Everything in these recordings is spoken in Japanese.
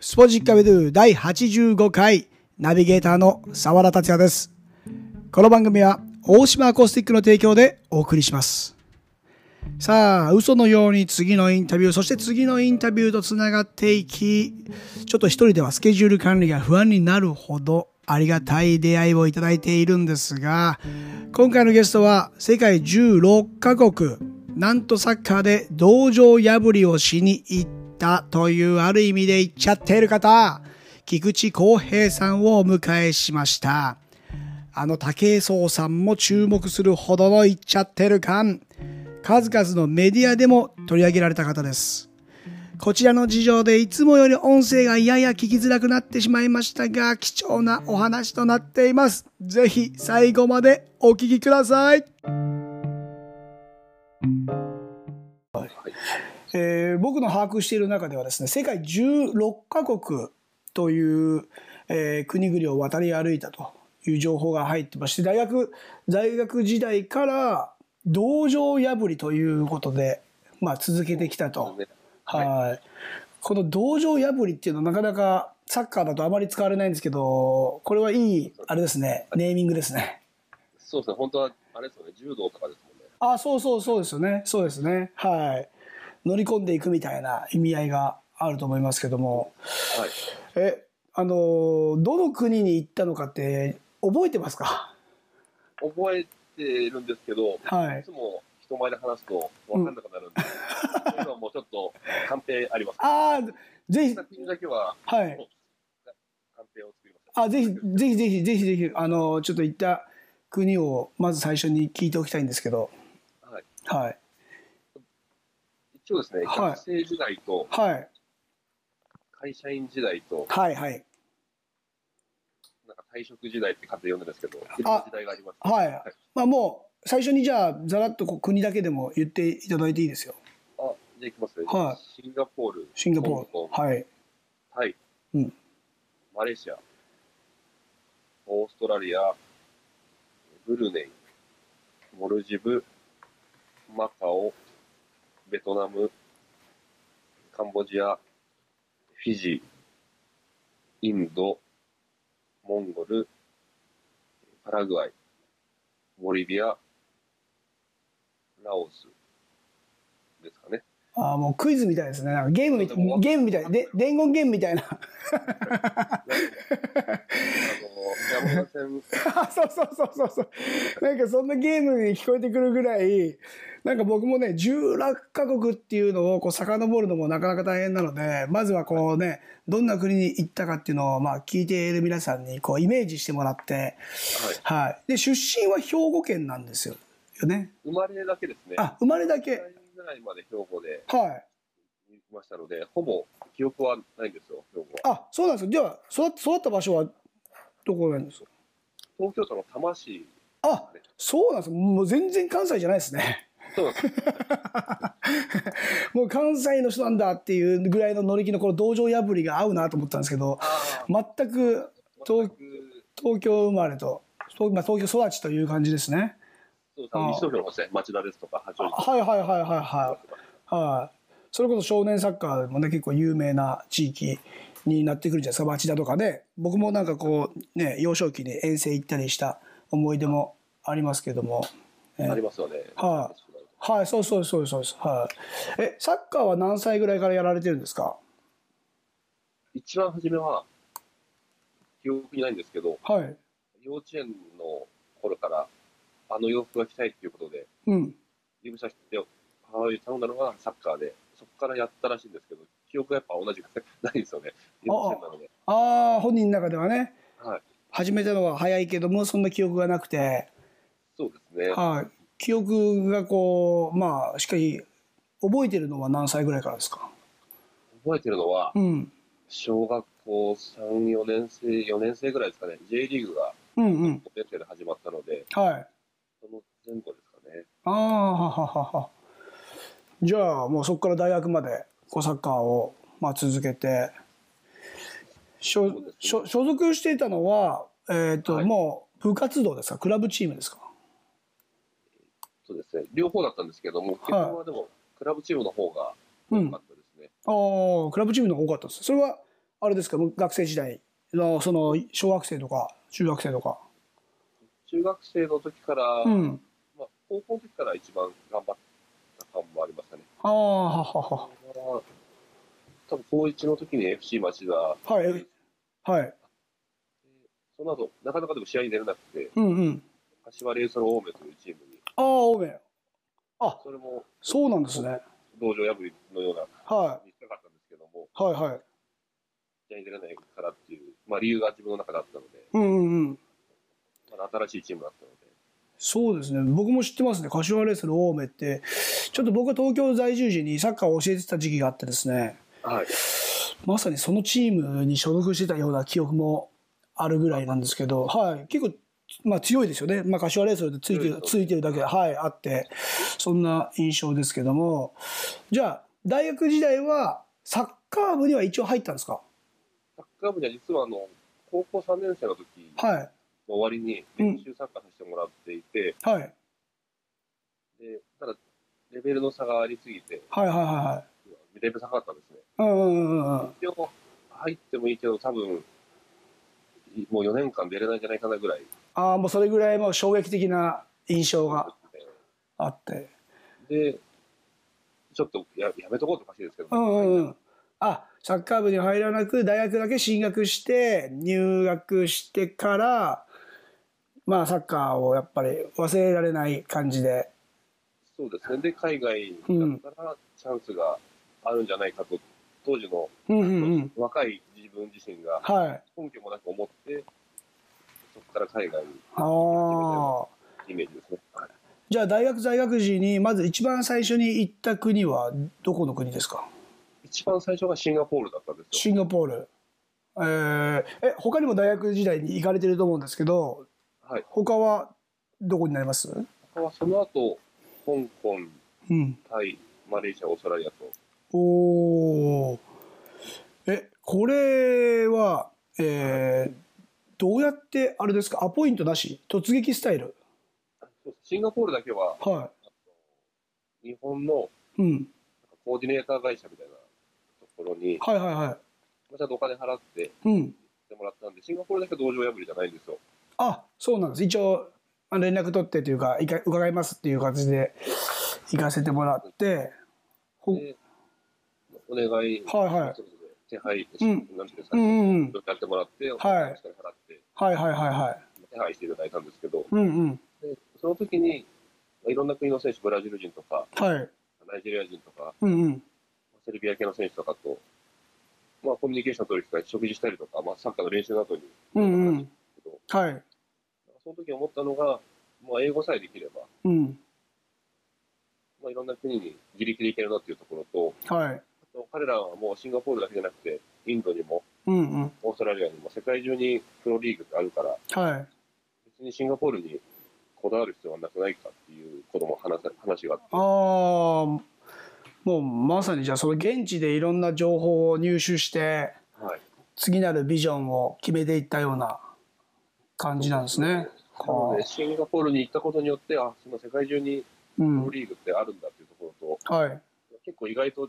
スポジッカベドゥ第85回ナビゲーターの沢田達也です。この番組は大島アコースティックの提供でお送りします。さあ、嘘のように次のインタビュー、そして次のインタビューと繋がっていき、ちょっと一人ではスケジュール管理が不安になるほどありがたい出会いをいただいているんですが、今回のゲストは世界16カ国、なんとサッカーで道場破りをしに行ったというある意味で言っちゃっている方、菊池康平さんをお迎えしました。あの武井壮さんも注目するほどの言っちゃってる感、数々のメディアでも取り上げられた方です。こちらの事情でいつもより音声がやや聞きづらくなってしまいましたが、貴重なお話となっています。ぜひ最後までお聞きください。はい、えー、僕の把握している中ではですね世界16カ国という、えー、国々を渡り歩いたという情報が入ってまして大学大学時代から道場破りということで、まあ、続けてきたと。はいこの道場破りっていうのはなかなかサッカーだとあまり使われないんですけどこれはいいあれですねネーミングですね。そうですね本当はあれですよね柔道とかですもんね。あ、そうそうそうですよね。そうですね。はい。乗り込んでいくみたいな意味合いがあると思いますけども。はい。え、あの、どの国に行ったのかって覚えてますか覚えてるんですけど、はい。いつも人前で話すと分かんなくなるんで、うん、そういうのはもうちょっと鑑定あります、ね。ああ、ぜひ。国だけは、はい。鑑定を作ります。あ、ぜひ、ぜひぜひぜひぜひ、あの、ちょっと行った国をまず最初に聞いておきたいんですけど。はい。一応ですね、はい、学生時代と、はい、会社員時代と、はいはい。なんか退職時代って勝手読んでですけど、いろ時代があります、ね、はい。はい、まあもう、最初にじゃあ、ざらっとこう国だけでも言っていただいていいですよ。あ、じゃあいきますね。はい。シンガポール。シンガポール。はい。タイ。うん。マレーシア。オーストラリア。ブルネイ。モルジブ。マカオ、ベトナム、カンボジア、フィジー、インド、モンゴル、パラグアイ、ボリビア、ラオスで すかね。ああ、もうクイズみたいですね。ゲームみたい、ゲームみたい。で、伝言ゲームみたいな。 そうそうそうそうそう。なんかそんなゲームに聞こえてくるぐらい、なんか僕もね、十楽カ国っていうのをこう遡るのもなかなか大変なので、まずはこうね、どんな国に行ったかっていうのをまあ聞いている皆さんにこうイメージしてもらって、はい、はい。で、出身は兵庫県なんですよ。よね。生まれだけですね。あ、生まれだけ。ぐらいまで兵庫で。はい。いましたので、ほぼ記憶はないんですよ、兵庫あ、そうなんですよ。では、育育った場所はどこなんです東京都の多摩市。あ、そうなんですもう全然関西じゃないですね。 そうなんです。もう関西の人なんだっていうぐらいの乗り気のこの道場破りが合うなと思ったんですけど、全く東東京生まれと、東,、まあ、東京育ちという感じですね。そう西東京のね、町田ですとか、八王子はいはいはいはいはい。はい。それこそ少年サッカーもね、結構有名な地域になってくるじゃないですか、町田とかね。僕もなんかこう、ね、幼少期に遠征行ったりした思い出もありますけども。えー、ありますよね。はい。はい、そうそうそうそうです。はい。え、サッカーは何歳ぐらいからやられてるんですか一番初めは、記憶にないんですけど、はい。幼稚園の頃からあの洋服が着たいっていうことで、うん。指差して母親に頼んだのがサッカーで、そこからやったらしいんですけど、記憶がやっぱ同じくないですよね。ああ、本人の中ではね。はい。始めたのは早いけども、そんな記憶がなくて。そうですね。はい。記憶がこう、まあ、しっかり、覚えてるのは何歳ぐらいからですか覚えてるのは、うん。小学校3、4年生、4年生ぐらいですかね。J リーグが、うんうん。年生で始まったので、はい。その前後ですかね。ああ、ははは。じゃあ、もうそこから大学まで、こうサッカーを、まあ、続けて。所、ね、所属していたのは、えっ、ー、と、はい、もう部活動ですか、クラブチームですか。そうですね、両方だったんですけども、結果はでも、クラブチームの方が多かったですね。はい、うん、ああ、クラブチームの方が多かったです。それは、ああれですか、学生時代の、その、小学生とか、中学生とか。中学生の時から、うん。まあ、高校の時から一番頑張った感もありましたね。ああ、はははまあ多分高1の時に FC 町田、は。はい。はい。その後、なかなかでも試合に出れなくて、うんうん。柏レイソル青梅というチームに、ああ、青梅。あ、それもそうなんですね。道場破りのようなはにしたかったんですけども、い。はいはい。試合に出れないからっていう、まあ、理由が自分の中だったので、うんうんうん。まだ新しいチームだったので、そうですね。僕も知ってますね。柏レイソル青梅って。ちょっと僕は東京在住時にサッカーを教えてた時期があってですね。はい、まさにそのチームに所属してたような記憶もあるぐらいなんですけど、はい。結構、まあ強いですよね。まあ柏レイソルでついて強いる、ですついてるだけ、はい、あって、そんな印象ですけども。じゃあ、大学時代はサッカー部には一応入ったんですかサッカー部には実はあの高校3年生の時のはい。終わりに練習参加させてもらっていて、はい。でただ、レベルの差がありすぎて、はいはいはレベル高かったんですね。いはい。うんうんうんうん。一応入ってもいいけど、多分もう4年間出れないんじゃないかなぐらい、ああ、もうそれぐらいもう衝撃的な印象があって。で、ちょっとややめとこうとおかしいですけど、うんうんうん。あ、サッカー部に入らなく、大学だけ進学して、入学してから、まあサッカーをやっぱり忘れられない感じで。そうですね、で、海外だったらチャンスがあるんじゃないかと、当時のうんうんうん。若い自分自身がはい。根拠もなく思って、そこから海外にああ。イメージですね。はいじゃあ大学在学時に、まず一番最初に行った国は、どこの国ですか一番最初がシンガポールだったんですよ。シンガポール。えー、え、他にも大学時代に行かれてると思うんですけど、はい。他はどこになります他はその後、香港、うん。タイ、マレーシア、オーストラリアと、おーえこれは、えーどうやってあれですかアポイントなし突撃スタイルそうですシンガポールだけはは日本のい、うん、コーディネーター会社みたいなところに、はいはいはちゃんとお金払ってやっいうんてもらったんで、シンガポールだけ道場破りじゃないんですよ。あそうなんです一応あ連絡取ってというかいか伺いますっていう感じで行かせてもらってほはいで、お願い、はいそれぞれ手配、うんなんていうんですうかね、んうんうんやってもらって、おはい金払って、はいはいはいはい手配していただいたんですけど、うんうんでその時に、いろんな国の選手、ブラジル人とか、はいナイジェリア人とか、うんうんセルビア系の選手とかと、まあ、コミュニケーション取る機会、食事したりとか、まあ、サッカーの練習の後に、うんうなんんかはいその時思ったのが、まあ、英語さえできれば、うんまあ、いろんな国に自力で行けるなっていうところと、はいあと彼らはもうシンガポールだけじゃなくて、インドにも、うんうんオーストラリアにも、世界中にプロリーグがあるから、はい別にシンガポールにこだわる必要はなくないかっていうことも話さ話があって、ああ、もうまさにじゃあその現地でいろんな情報を入手して、はい、次なるビジョンを決めていったような感じなんですね。なので、シンガポールに行ったことによって、あその世界中にうプん。ロはい。リーグってあるんだっていうところと、結構意外と、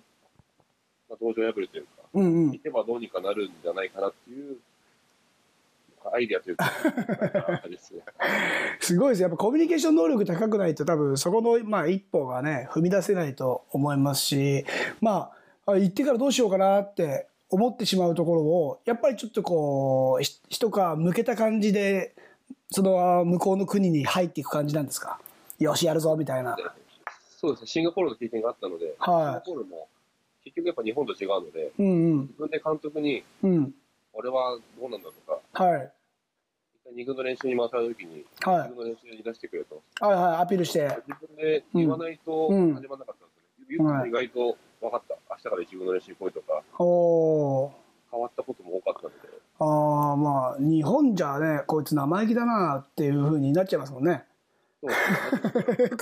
まあ、道場破りというか、うんう行ん。けばどうにかなるんじゃないかなっていう、アイディア というか、なんかですね。すごいです。やっぱコミュニケーション能力高くないと多分そこの、まあ、一歩がね、踏み出せないと思いますし、まあ、あ行ってからどうしようかなって思ってしまうところを、やっぱりちょっとこう、ひ一皮向けた感じで、その向こうの国に入っていく感じなんですかよし、やるぞ、みたいな。そうですね、シンガポールの経験があったので、シンガはポールも結局やっぱ日本と違うので、い。うんうん。自分で監督に、うん。俺はどうなんだとか、はい。はい一回2軍の練習に回されるときに、は2い軍の練習に出してくれと、はい、アピールして。自分で言わないとうん始まらなかったんですよね。言っても意外と分かった、明日から1軍の練習来いとか、おー。変わったことも多かったので、ああ、まあ、日本じゃね、こいつ生意気だなっていう風になっちゃいますもんね。そうですね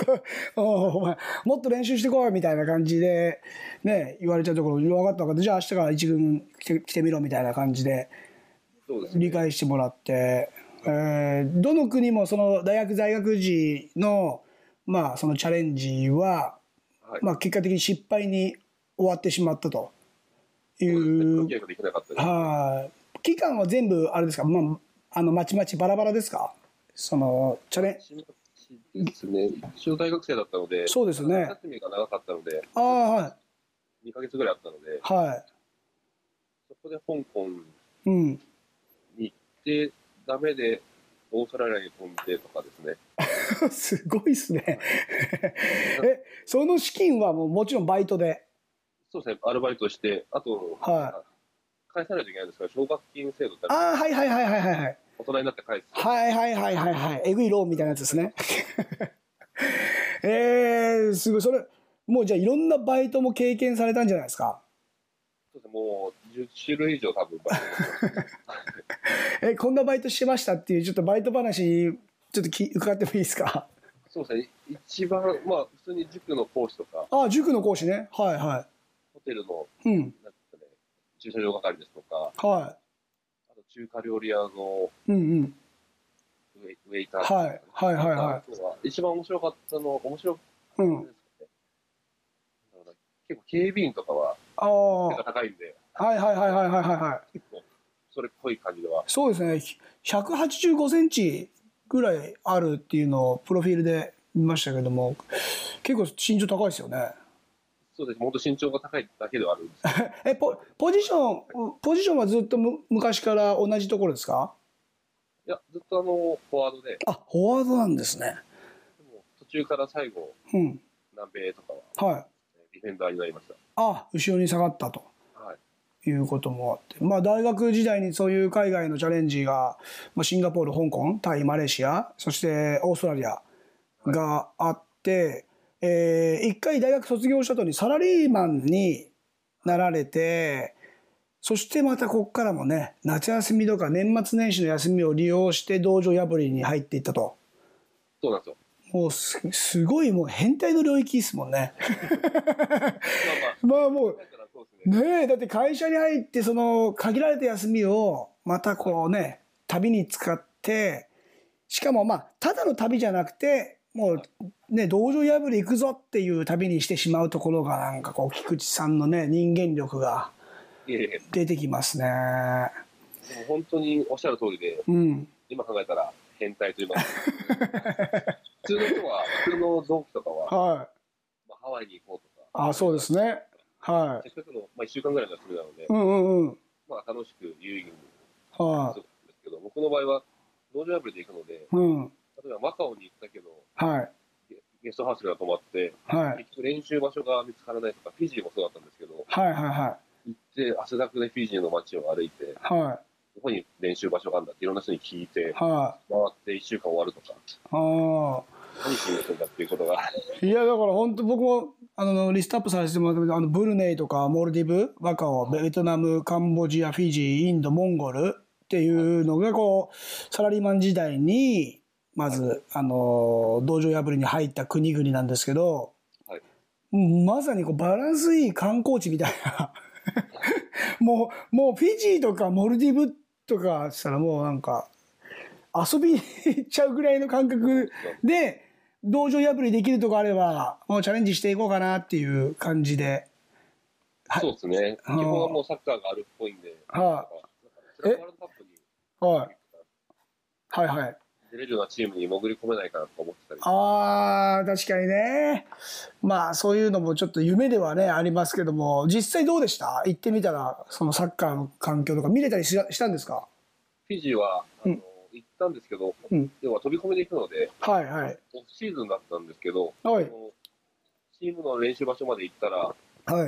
おーお前、もっと練習してこいみたいな感じで、ね、言われちゃうところ、分かった分かった。じゃあ明日から一軍来て来てみろみたいな感じでそうです ね理解してもらって、えーどの国もその大学在学時の、まあ、そのチャレンジは、はいまあ、結果的に失敗に終わってしまったといそうですねプロう契、約できなかったです。はい。期間は全部、あれですか、まあ、あの、まちまちバラバラですかその、チャレン、ですね。一応大学生だったので、そうですね夏休みが長かったので、ああ、はい。 2ヶ月ぐらいあったので、はそこで香港い。うん。に行って、ダメで、オーストラリアに飛んでとかですね。 すごいっすね。 え、その資金はもうもちろんバイトで。そうですね、アルバイトして、あと、は返さないといけないんですから、奨学金制度ってあああ、るはいはいはいはいはいはい。大人になって返す。はいはいはいはいはい。えぐいローンみたいなやつですね。 えー、すごい。それ、もうじゃあいろんなバイトも経験されたんじゃないですか。そうですね、もう10種類以上 多分バイトしてますえ、こんなバイトしてましたっていう、ちょっとバイト話、ちょっとき伺ってもいいですか。 そうですね、一番、まあ、普通に塾の講師とか、ああ、塾の講師ね。はいはホテルの、い。うん。なんですかね、駐車場係ですとか、はあと中華料理屋のい。うんうん。ウェイウェイターとかはい。はいはいはあとは一番面白かったのは、面白かい。うったんで。すかね。なんだろうな結構警備員とかは、ああ。は背が高いんで、いはいはいはいはいはいはい。それっぽい感じでは、そうですね、ひ185センチぐらいあるっていうのをプロフィールで見ましたけども、結構身長高いですよね。そうですね、本当身長が高いだけではあるんですけどえ、ポポジション、ポジションはずっとむ昔から同じところですかいや、ずっとあの、フォワードで、あ、フォワードなんですね。でも途中から最後、うん。南米とかははい。ディフェンダーになりました。あ、後ろに下がったとはい。いうこともあって。まあ、大学時代にそういう海外のチャレンジが、まあ、シンガポール、香港、タイ、マレーシア、そしてオーストラリアがあって、えー一回大学卒業した後にサラリーマンになられて、そしてまたここからもね、夏休みとか年末年始の休みを利用して道場破りに入っていったと。そうなんですよ。もうすすごいもう変態の領域ですもんね。まあま まあもうあ、だからそうですね。ねえ、だって会社に入って、その、限られた休みを、またこうね、旅に使って、しかもまあ、ただの旅じゃなくて、もう、ね、道場破り行くぞっていう旅にしてしまうところが、なんかこう、菊池さんのね、人間力がいえいえ、出てきますね。でも本当におっしゃる通りで、うん。今考えたら変態と言いますか。普通の人は、普通の同期とかは、はい。まあ、ハワイに行こうとか。あ、そうですね。はせっかくの、まあ、1週間ぐらいの休みなのでい。う、んうんうん。まあ、楽しく有意義に過ごはすい。んですけど、僕の場合は、道場破りで行くので、うん。例えばマカオに行ったけど、はい。ゲゲストハウスが泊まって、はい。結局練習場所が見つからないとか、フィジーもそうだったんですけど、はいはいは行って汗だくでフィジーの街を歩いて、い。はどこに練習場所があるんだっていろんな人に聞いい。て、回はって1週間終わるとか、い。ああ。何しに行くんだっていうことが、いや、だから本当僕も、あの、リストアップさせてもらったあの、ブルネイとか、モルディブ、マカオ、ベトナム、カンボジア、フィジー、インド、モンゴルっていうのが、こう、サラリーマン時代に、まず、あの、道場破りに入った国々なんですけど、はいまさにこう、バランスいい観光地みたいな。 もう、もうフィジーとかモルディブとかしたらもうなんか、遊びに行っちゃうぐらいの感覚で、道場破りできるとこあれば、もうチャレンジしていこうかなっていう感じで。はいそうですね、基あー本はもうサッカーがあるっぽいんで、はなんかワールドカップにい。はい。はいはい。出れるようなチームに潜り込めないかなと思ってたり、あー、確かにね。まあ、そういうのもちょっと夢ではね、ありますけども、実際どうでした行ってみたら、そのサッカーの環境とか見れたりししたんですかフィジーはあの、うん行ったんですけど、うん要は飛び込みで行くので、はいはい。オフシーズンだったんですけど、はあい。のチームの練習場所まで行ったら、は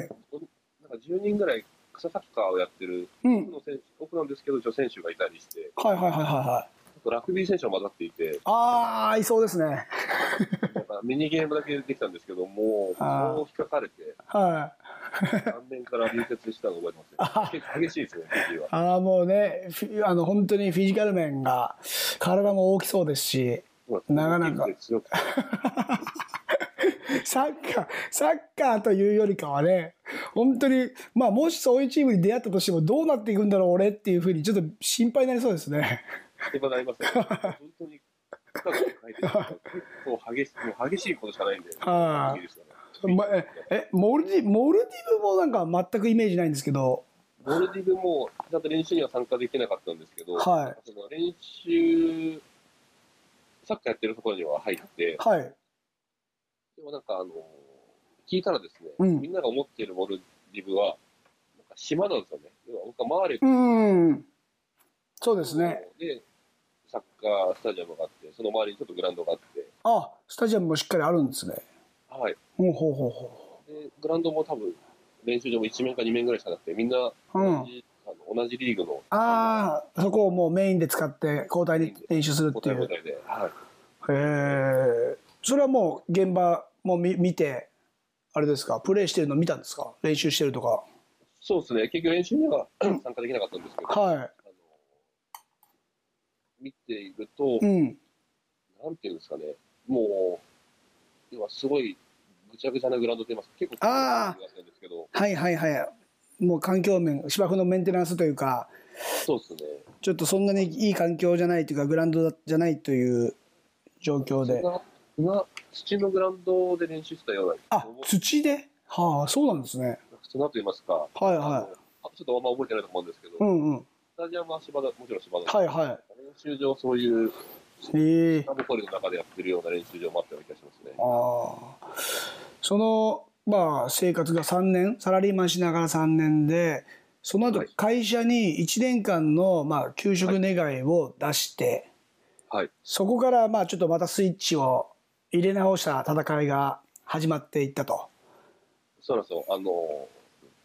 い。なんか10人ぐらい草サッカーをやってるう奥ん。の選手、奥なんですけど、女選手がいたりして、はいはいはいはいはい。あとラグビー選手も混ざっていて、あー、いそうですね。なんかミニゲームだけできたんですけど、もう、あーそう引っかかれて、はい。顔面から流血したの覚えてますね。結構激しいですね、フィジーは。ああ、もうね、フィあの、本当にフィジカル面が、体も大きそうですし、なかなか強くてサッカー、サッカーというよりかはね、本当に、まあ、もしそういうチームに出会ったとしても、どうなっていくんだろう、俺っていうふうに、ちょっと心配になりそうですね。手放りますね。本当に、深く書いてるから結構激しもう激しいことしかないんで、あーいいですよねまえ、えモルディ、モルディブもなんか全くイメージないんですけど、モルディブもちゃんと練習には参加できなかったんですけど、はいその練習、サッカーやってるところには入って、はい。でもなんかあの、聞いたらですね、うんみんなが思っているモルディブは、なんか島なんですよね。要は僕はマーレッうトーん。そうですね。で、サッカースタジアムがあって、その周りにちょっとグラウンドがあって、あ、スタジアムもしっかりあるんですね。はい。ほうほうほうほで、グラウンドも多分、練習場も1面か2面ぐらいしかなくて、みんなう。う同ん。じ,、あの同じリーグのああ、そこをもうメインで使って交代に練習するっ交ていう。代交へ代で、はい、え。それはもう現場も見見て、あれですか、プレーしてるの見たんですか練習してるとか。そうですね、結局練習には 参加できなかったんですけど、あのは見ているい。とう、ん。なんていうんですかね、もう、要はすごいぐちゃぐちゃなグラウンドといいますか、結構、あーグラウンドなんですけど、はいはいはい。もう環境面、芝生のメンテナンスというか、そうですね、ちょっとそんなにいい環境じゃないというか、グラウンドじゃないという状況で。砂砂土のグラウンドで練習してたような、あ、土ではあ、そうなんですね。砂といいますか、はいあのはあちょっとあんま覚えてないと思うんですけど、い。うんうん。スタジアムは芝だ、もちろん芝だ、はいは練習場、そういうい。へえサボコリの中でやってるような練習場もあったような気がしますね。ああ。その、まあ、生活が3年、サラリーマンしながら3年で、その後はい会社に1年間の、まあ、休職願いを出して、はい、そこから、まあ、ちょっとまたスイッチを入れ直した戦いが始まっていったと。そうなんですよ。あの、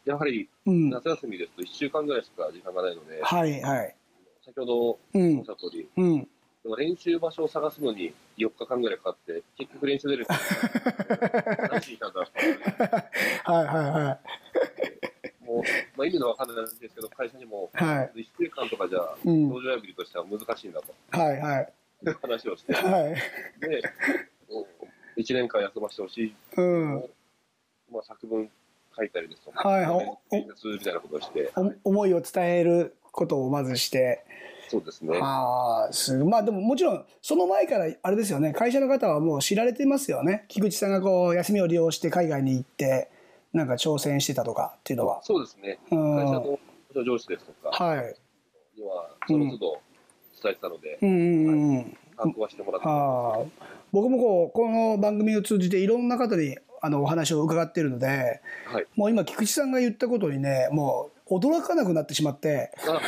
やはりうん。は夏休みですと1週間ぐらいしか時間がないので、いはい。先ほどおうんっし。ゃった通り、うん。でも練習場所を探すのに4日間ぐらいかかって、結局練習出る。何しに来たんだろはいはいはうもう、まあ、意味のわかんないんですけど、会社にも、い。はい。 1週間とかじゃ、うん。道場破りとしては難しいんだとはいはい。いう話をして、はい。で、1年間休ませてほしい、うん。まあ、作文書いたりですとか、はいお面接みたいなことをして、お思いを伝えることをまずして。そうですね。ああ、すごいまあでももちろん、その前からあれですよね、会社の方はもう知られてますよね。菊池さんがこう、休みを利用して海外に行って、なんか挑戦してたとかっていうのは。そうですね。う会ん。社はの上司ですとか、い。にはその都度伝えてたので、うんうんうん。参考はしてもらってます、ああ僕もこうこの番組を通じていろんな方にあのお話を伺っているので、はいもう今菊池さんが言ったことにねもう驚かなくなってしまってあ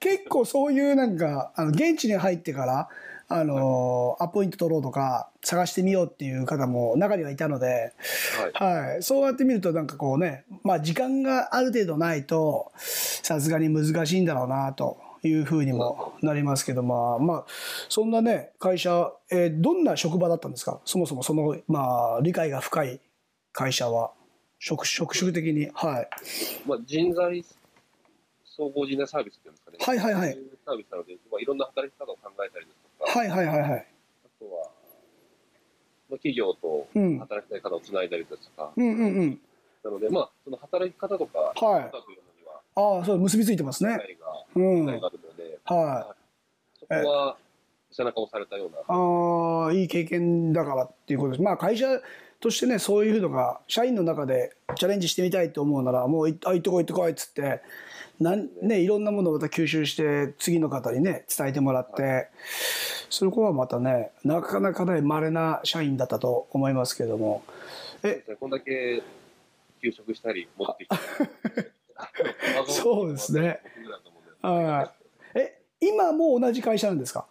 結構そういうなんかあの現地に入ってからあの、アポイント取ろうとか探してみようっていう方も中にはいたので、はいはい、そうやって見るとなんかこうね、まあ、時間がある程度ないとさすがに難しいんだろうなというふうにもなりますけど、まあまあ、そんなね会社、えーどんな職場だったんですかそもそもその、まあ、理解が深い会社は職職種的に、はい、まあ、人材総合人材サービスっていうんですかね、はいはいはいそううサービスなので、まあ、いろんな働き方を考えたりですとか、はいはいはいはいあとは、まあ、企業とうん働きたい方をつないだりですとか、うんうんうんなので、まあ、その働き方とか、はいというのには、ああそう結びついてます理ね解が、う理ん解があるので、はそこは背中を押されたような、いああいい経験だからっていうことですまあ会社としてねそういうのが社員の中でチャレンジしてみたいと思うならもういあ行ってこい行ってこいっつってなんねいろんなものをまた吸収して次の方にね伝えてもらって、それこはまたねなかなかね稀な社員だったと思いますけどもえこんだけ休職したり、戻ってきたり。 そうですね。僕らと思うんですあーえ今もう同じ会社なんですか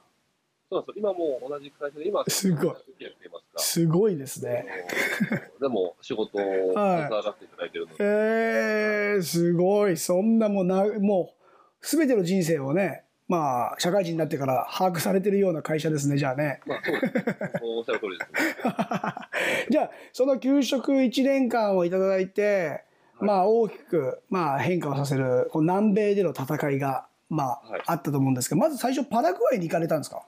そうそう、今もう同じ会社で、今、すごいやっていますすごいですが、ね あのでも仕事を携わらせていただいてるので、えー、すごい。そんなもうな、もう、すべての人生をね、まあ、社会人になってから把握されてるような会社ですね、じゃあね。まあそうですね、おっしゃる通りですね。 じゃあ、その休職1年間をいただいて、まあ、大きく、まあ、変化をさせる、こう南米での戦いが、まあはい、あったと思うんですけど、まず最初、パラグアイに行かれたんですか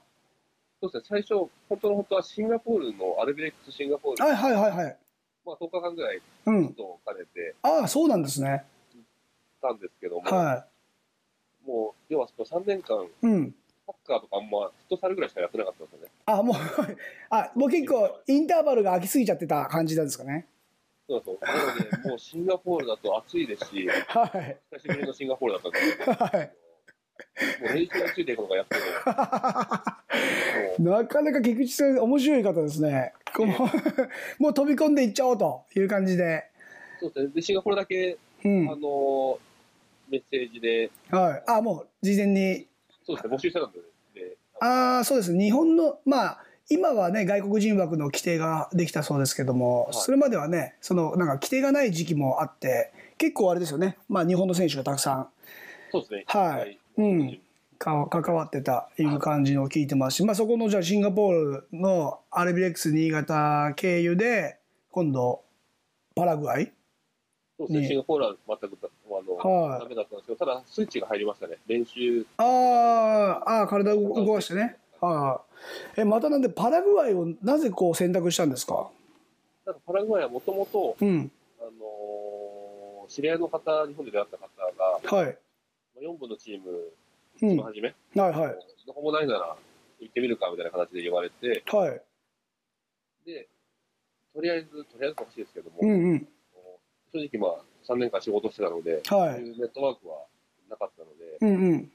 そうですね、最初、本当の本当はシンガポールのアルビレックスシンガポール、はいはいはいはい。まあ、10日間ぐらいちうょっん。と兼ねてああ、そうなんですね。たんですけども、はもう、要はその3年間、い。うん。サッカーとかあんま、フットサルぐらいしかやってなかったんですよね。 あ、もう、あ、もう結構、インターバルが空きすぎちゃってた感じなんですかね。そうそう。なので、もうシンガポールだと暑いですし、はい。久しぶりのシンガポールだったんですけど、もはい。う練習がついていくのがやっとで、もうなかなか菊池さん、面白い方ですね。こう もう飛び込んでいっちゃおうという感じで。そうですね。で、シンガポールだけ、うあん。のはい。ーメッセージで、あ、もう、事前に。そうですね、募集してたんで、でああ、そうです。日本の、まあ、今はね、外国人枠の規定ができたそうですけども、はいそれまではね、その、なんか規定がない時期もあって、結構あれですよね。まあ、日本の選手がたくさん、そうですね。はいうんか関わってたいう感じのを聞いてますし、まあ、そこの、じゃあ、シンガポールのアルビレックス新潟経由で、今度、パラグアイそうですねね、シンガポールは全くだあの、はいダメだったんですけど、ただスイッチが入りましたね、練習。ああ、ああ、体を動かしてね。ああ。え、またなんで、パラグアイをなぜこう選択したんですかなんかパラグアイはもともと、うん。あのー知り合いの方、日本で出会った方が、はい。 4部のチーム、うん。のはい初め、はい。どこもないなら行ってみるかみたいな形で言われて、はい。で、とりあえず、とりあえずか欲しいですけども、うんうん。正直まあ、3年間仕事してたので、はそうい。いうネットワークはなかったので、うんうん。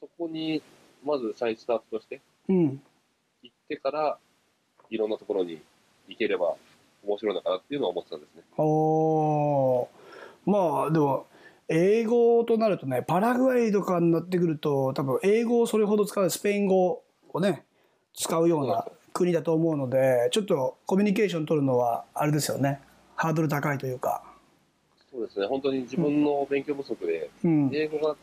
そこに、まず再スタートとしてうん。行ってから、いろんなところに行ければ面白いのかなっていうのは思ってたんですね。おーまあ、でも、英語となるとね、パラグアイとかになってくると、多分、英語をそれほど使わないスペイン語をね、使うような国だと思うので、ちょっとコミュニケーション取るのは、あれですよね。ハードル高いというか。そうですね、本当に自分の勉強不足で、うん。英語が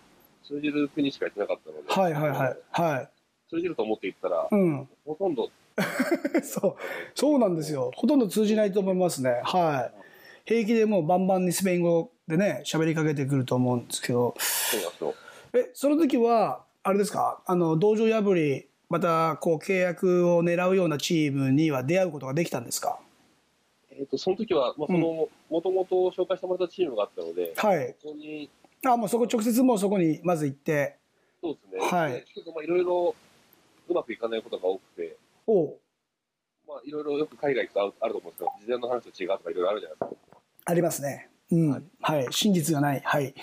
通じる国しか行ってなかったので、はいはいはい。は通じると思って行ったら、い。うん。 ほとんど、そう。そうなんですよ。ほとんど通じないと思いますね。はい。平気でもうバンバンにスペイン語でね、喋りかけてくると思うんですけど。そうなんですよ。え、その時は、あれですかあの、道場破り、また、こう、契約を狙うようなチームには出会うことができたんですかえっとその時は、まあ、その、もともと紹介してもらったチームがあったので、はい。そこに、あ、もうそこ、直接もうそこにまず行って、そうですね、はいでちょっとまあいろいろうまくいかないことが多くて、おうまあ、いろいろよく海外行くとあるあると思うんですけど、事前の話と違うとかいろいろあるじゃないですか。ありますね。うん。はい。真実がない。はい。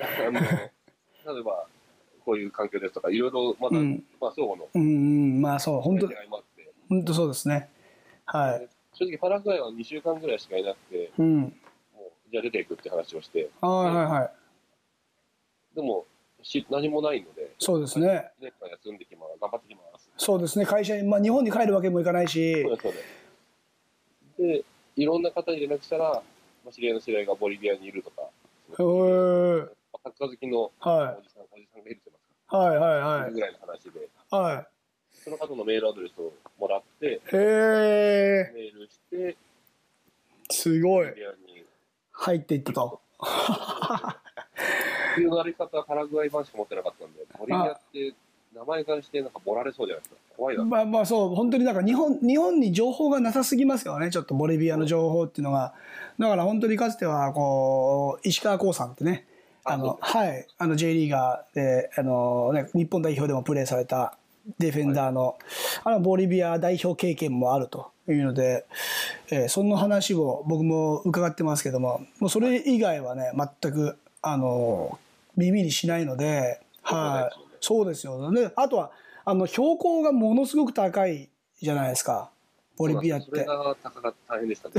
あの例えば、こういう環境ですとか、いろいろまだ、うんまあ、相互のうんうん、まあそう、本当違いもあって、本当そうですね。はい。正直、パラグアイは2週間ぐらいしかいなくて、うん。もうじゃあ出ていくって話をして、はいはいはい。でも、し何もないので、そうですね。 1年間休んできます、頑張ってきます。そうですね。会社に、まあ日本に帰るわけもいかないしそう、ですそうですで、いろんな方に連絡したら、まあ、知り合いの知り合いがボリビアにいるとか、へーサッカー好きのはおい。じさん、おじさんがいると言いますか、はいはいいるはい。ぐらいの話で、はその方のメールアドレスをもらって、い。へえ、メールして、すごいボリ。ビアに入っていったと。っていうやり方はパラグアイ版しか持ってなかったんで、ボリビアって名前からしてなんか盛られそうじゃないですか。怖いな。まあまあそう、本当になんか日本、日本に情報がなさすぎますよね。ちょっとボリビアの情報っていうのが。だから本当にかつては、こう、石川光さんってね、あの、はい、あの J リーガーで、あのね、日本代表でもプレーされたディフェンダーの、あのボリビア代表経験もあるというので、えーその話を僕も伺ってますけども、もうそれ以外はね、全く、あの、耳にしないので、はい、そうですよね。あとは、あの、標高がものすごく高いじゃないですか、ボリビアっそれて。が高かった大変でしたね。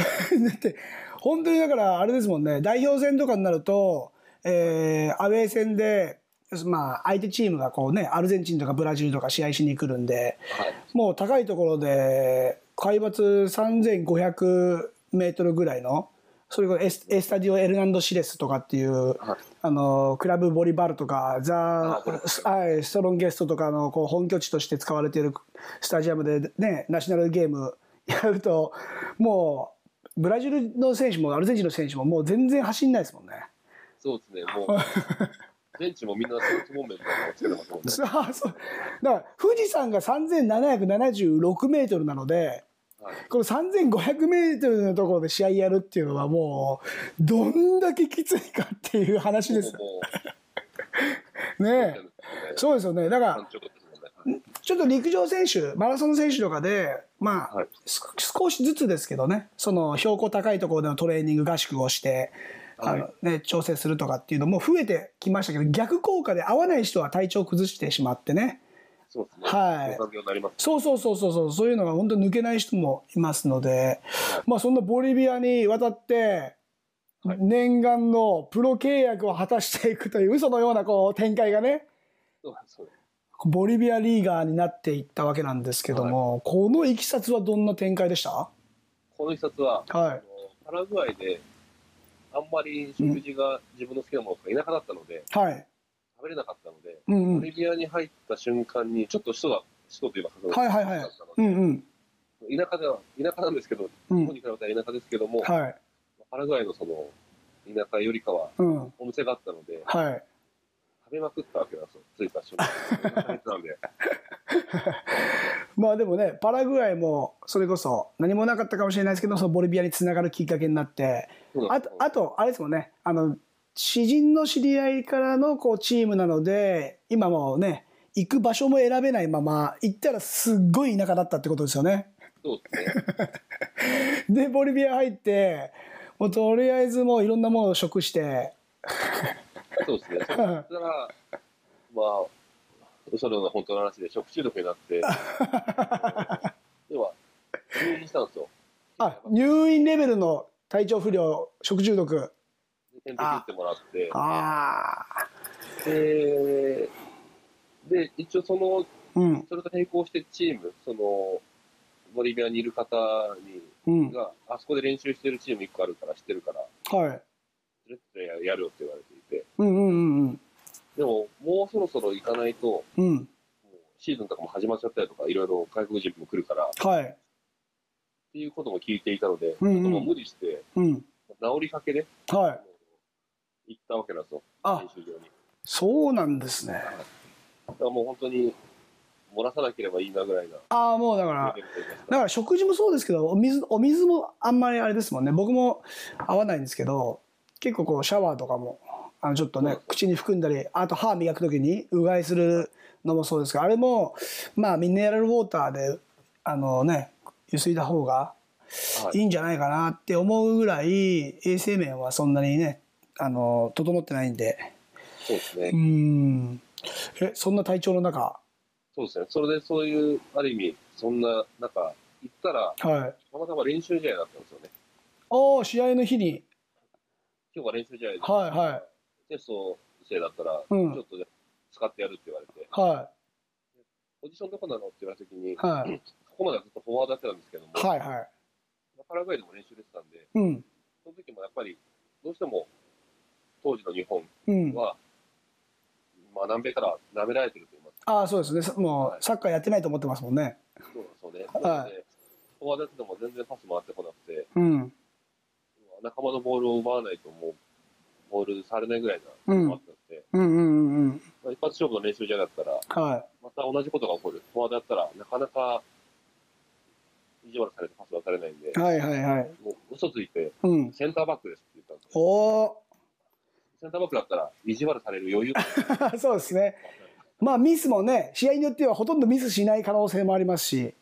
だ って、本当にだから、あれですもんね、代表戦とかになると、えー、アウェー戦で、まあ、相手チームがこうね、アルゼンチンとかブラジルとか試合しに来るんで、はい。もう高いところで、海抜3500メートルぐらいの、それこそエスエスタディオ・エルナンド・シレスとかっていう、はいあの、クラブ・ボリバルとか、ザあこれ・スはいストロンゲストとかのこう本拠地として使われているスタジアムでね、ナショナルゲームやると、もう、ブラジルの選手もアルゼンチンの選手ももう全然走んないですもんね。そうですね。もう、 ベンチもみんなスーツボンベみたいなのをつけてますもんね。あ そう。だから、富士山が3776メートルなので、はい。この3500メートルのところで試合やるっていうのはもう、どんだけきついかって いう話ですよもう、ね。そうですよね。だから、単調ですもんね。ちょっと陸上選手、マラソン選手とかで、まあ、はいす少しずつですけどね、その標高高いところでのトレーニング合宿をして、あのね、調整するとかっていうのも増えてきましたけど、逆効果で合わない人は体調を崩してしまってね。そうですね。はいそう環境になります。そうそうそうそうそう、そういうのが本当に抜けない人もいますので、まあそんなボリビアに渡って、はい念願のプロ契約を果たしていくという嘘のようなこう展開がね、そうなんですそうなんですボリビアリーガーになっていったわけなんですけども、このいきさつはどんな展開でしたこの一冊は、はあのパラグアイで、あんまり食事が自分の好きなものとか田舎だったので、い。はい。食べれなかったので、うんうボん。リビアに入った瞬間に、ちょっと人が、人というか、はいはいはいだったのうでんうん。田舎では、田舎なんですけど、日うん本に比べたら田舎ですけども、はい。パラグアイのその、田舎よりかは、うん。お店があったので、はい。食べまくったわけなんですよ。着い た瞬間。お腹減ってたんで。まあでもね、パラグアイも、それこそ、何もなかったかもしれないですけど、そのボリビアにつながるきっかけになって、そうなんあですとよ、あと、あれですもんね、あの、知人の知り合いからのこうチームなので、今もうね、行く場所も選べないまま、行ったらすっごい田舎だったってことですよね。そうですね。で、ボリビア入って、もうとりあえずもういろんなものを食して、そ うですね。そしたら、まあ、嘘のような本当の話で食中毒に なって、要は、入院したんですよ。あ、入院レベルの体調不良、食中毒。で点滴打ってもらって、ああ。で、で、一応その、うん、それと並行してチーム、その、ボリビアにいる方に、うん。が、あそこで練習してるチーム1個あるから、知ってるから、はい。連れてってやるよって言われていて、うんうんうんでも、もうそろそろ行かないと、もうん。うん。うシーズンとかも始まっちゃったりとか、いろいろ外国人も来るから、はい。っていうことも聞いていたので、うんうんちょっともう無理して、うん。治りかけではい。行ったわけなんですよ、あ練、習場に。そうなんですね。だからもう本当に、漏らさなければいいなぐらいなああ、もうだからレベ、ルと言いますか。だから食事もそうですけど、お水、お水もあんまりあれですもんね。僕も合わないんですけど、結構こうシャワーとかも、あのちょっとね、口に含んだり、あと歯磨くときにうがいするのもそうですけど、あれも、まあミネラルウォーターで、あのね、ゆすいだ方がはいいいんじゃないかなって思うぐらい、衛生面はそんなにね、あの、整ってないんで。そうですねう。ん。え、そんな体調の中、そうですね。それでそういう、ある意味、そんな、なんか、行ったら、はい。たまたま練習試合だったんですよね。ああ、試合の日に、今日は練習試合で、はいはい。テスト生だったら、うんちょっとね使ってやるって言われて、はポジションどこなのって言われた時に、い。はい。ここまではずっとフォワードやってたんですけども、はいはい。パラグアイでも練習出てたんで、うん。その時もやっぱり、どうしても、当時の日本うん。は、まあ、南米から舐められてると言いますああ、そうですね。さもう、サッカーやってないと思ってますもんね。か、そうなんですはよね。いなので、フォワードやってても全然パス回ってこなくて、うん。仲間のボールを奪わないと、もう、ボールされないぐらいなうんのがあったので、うんうんうんうん。まあ一発勝負の練習じゃなかったら、はまた同じことが起こる。フォワードやったら、なかなか、意地悪されてパス渡れないんでい。、はいはいはい。もう嘘ついて、うん。センターバックですって言ったんですよ。おおセンターバックだったら、意地悪される余裕があるー そうですね。まあ、ミスもね、試合によってはほとんどミスしない可能性もありますし、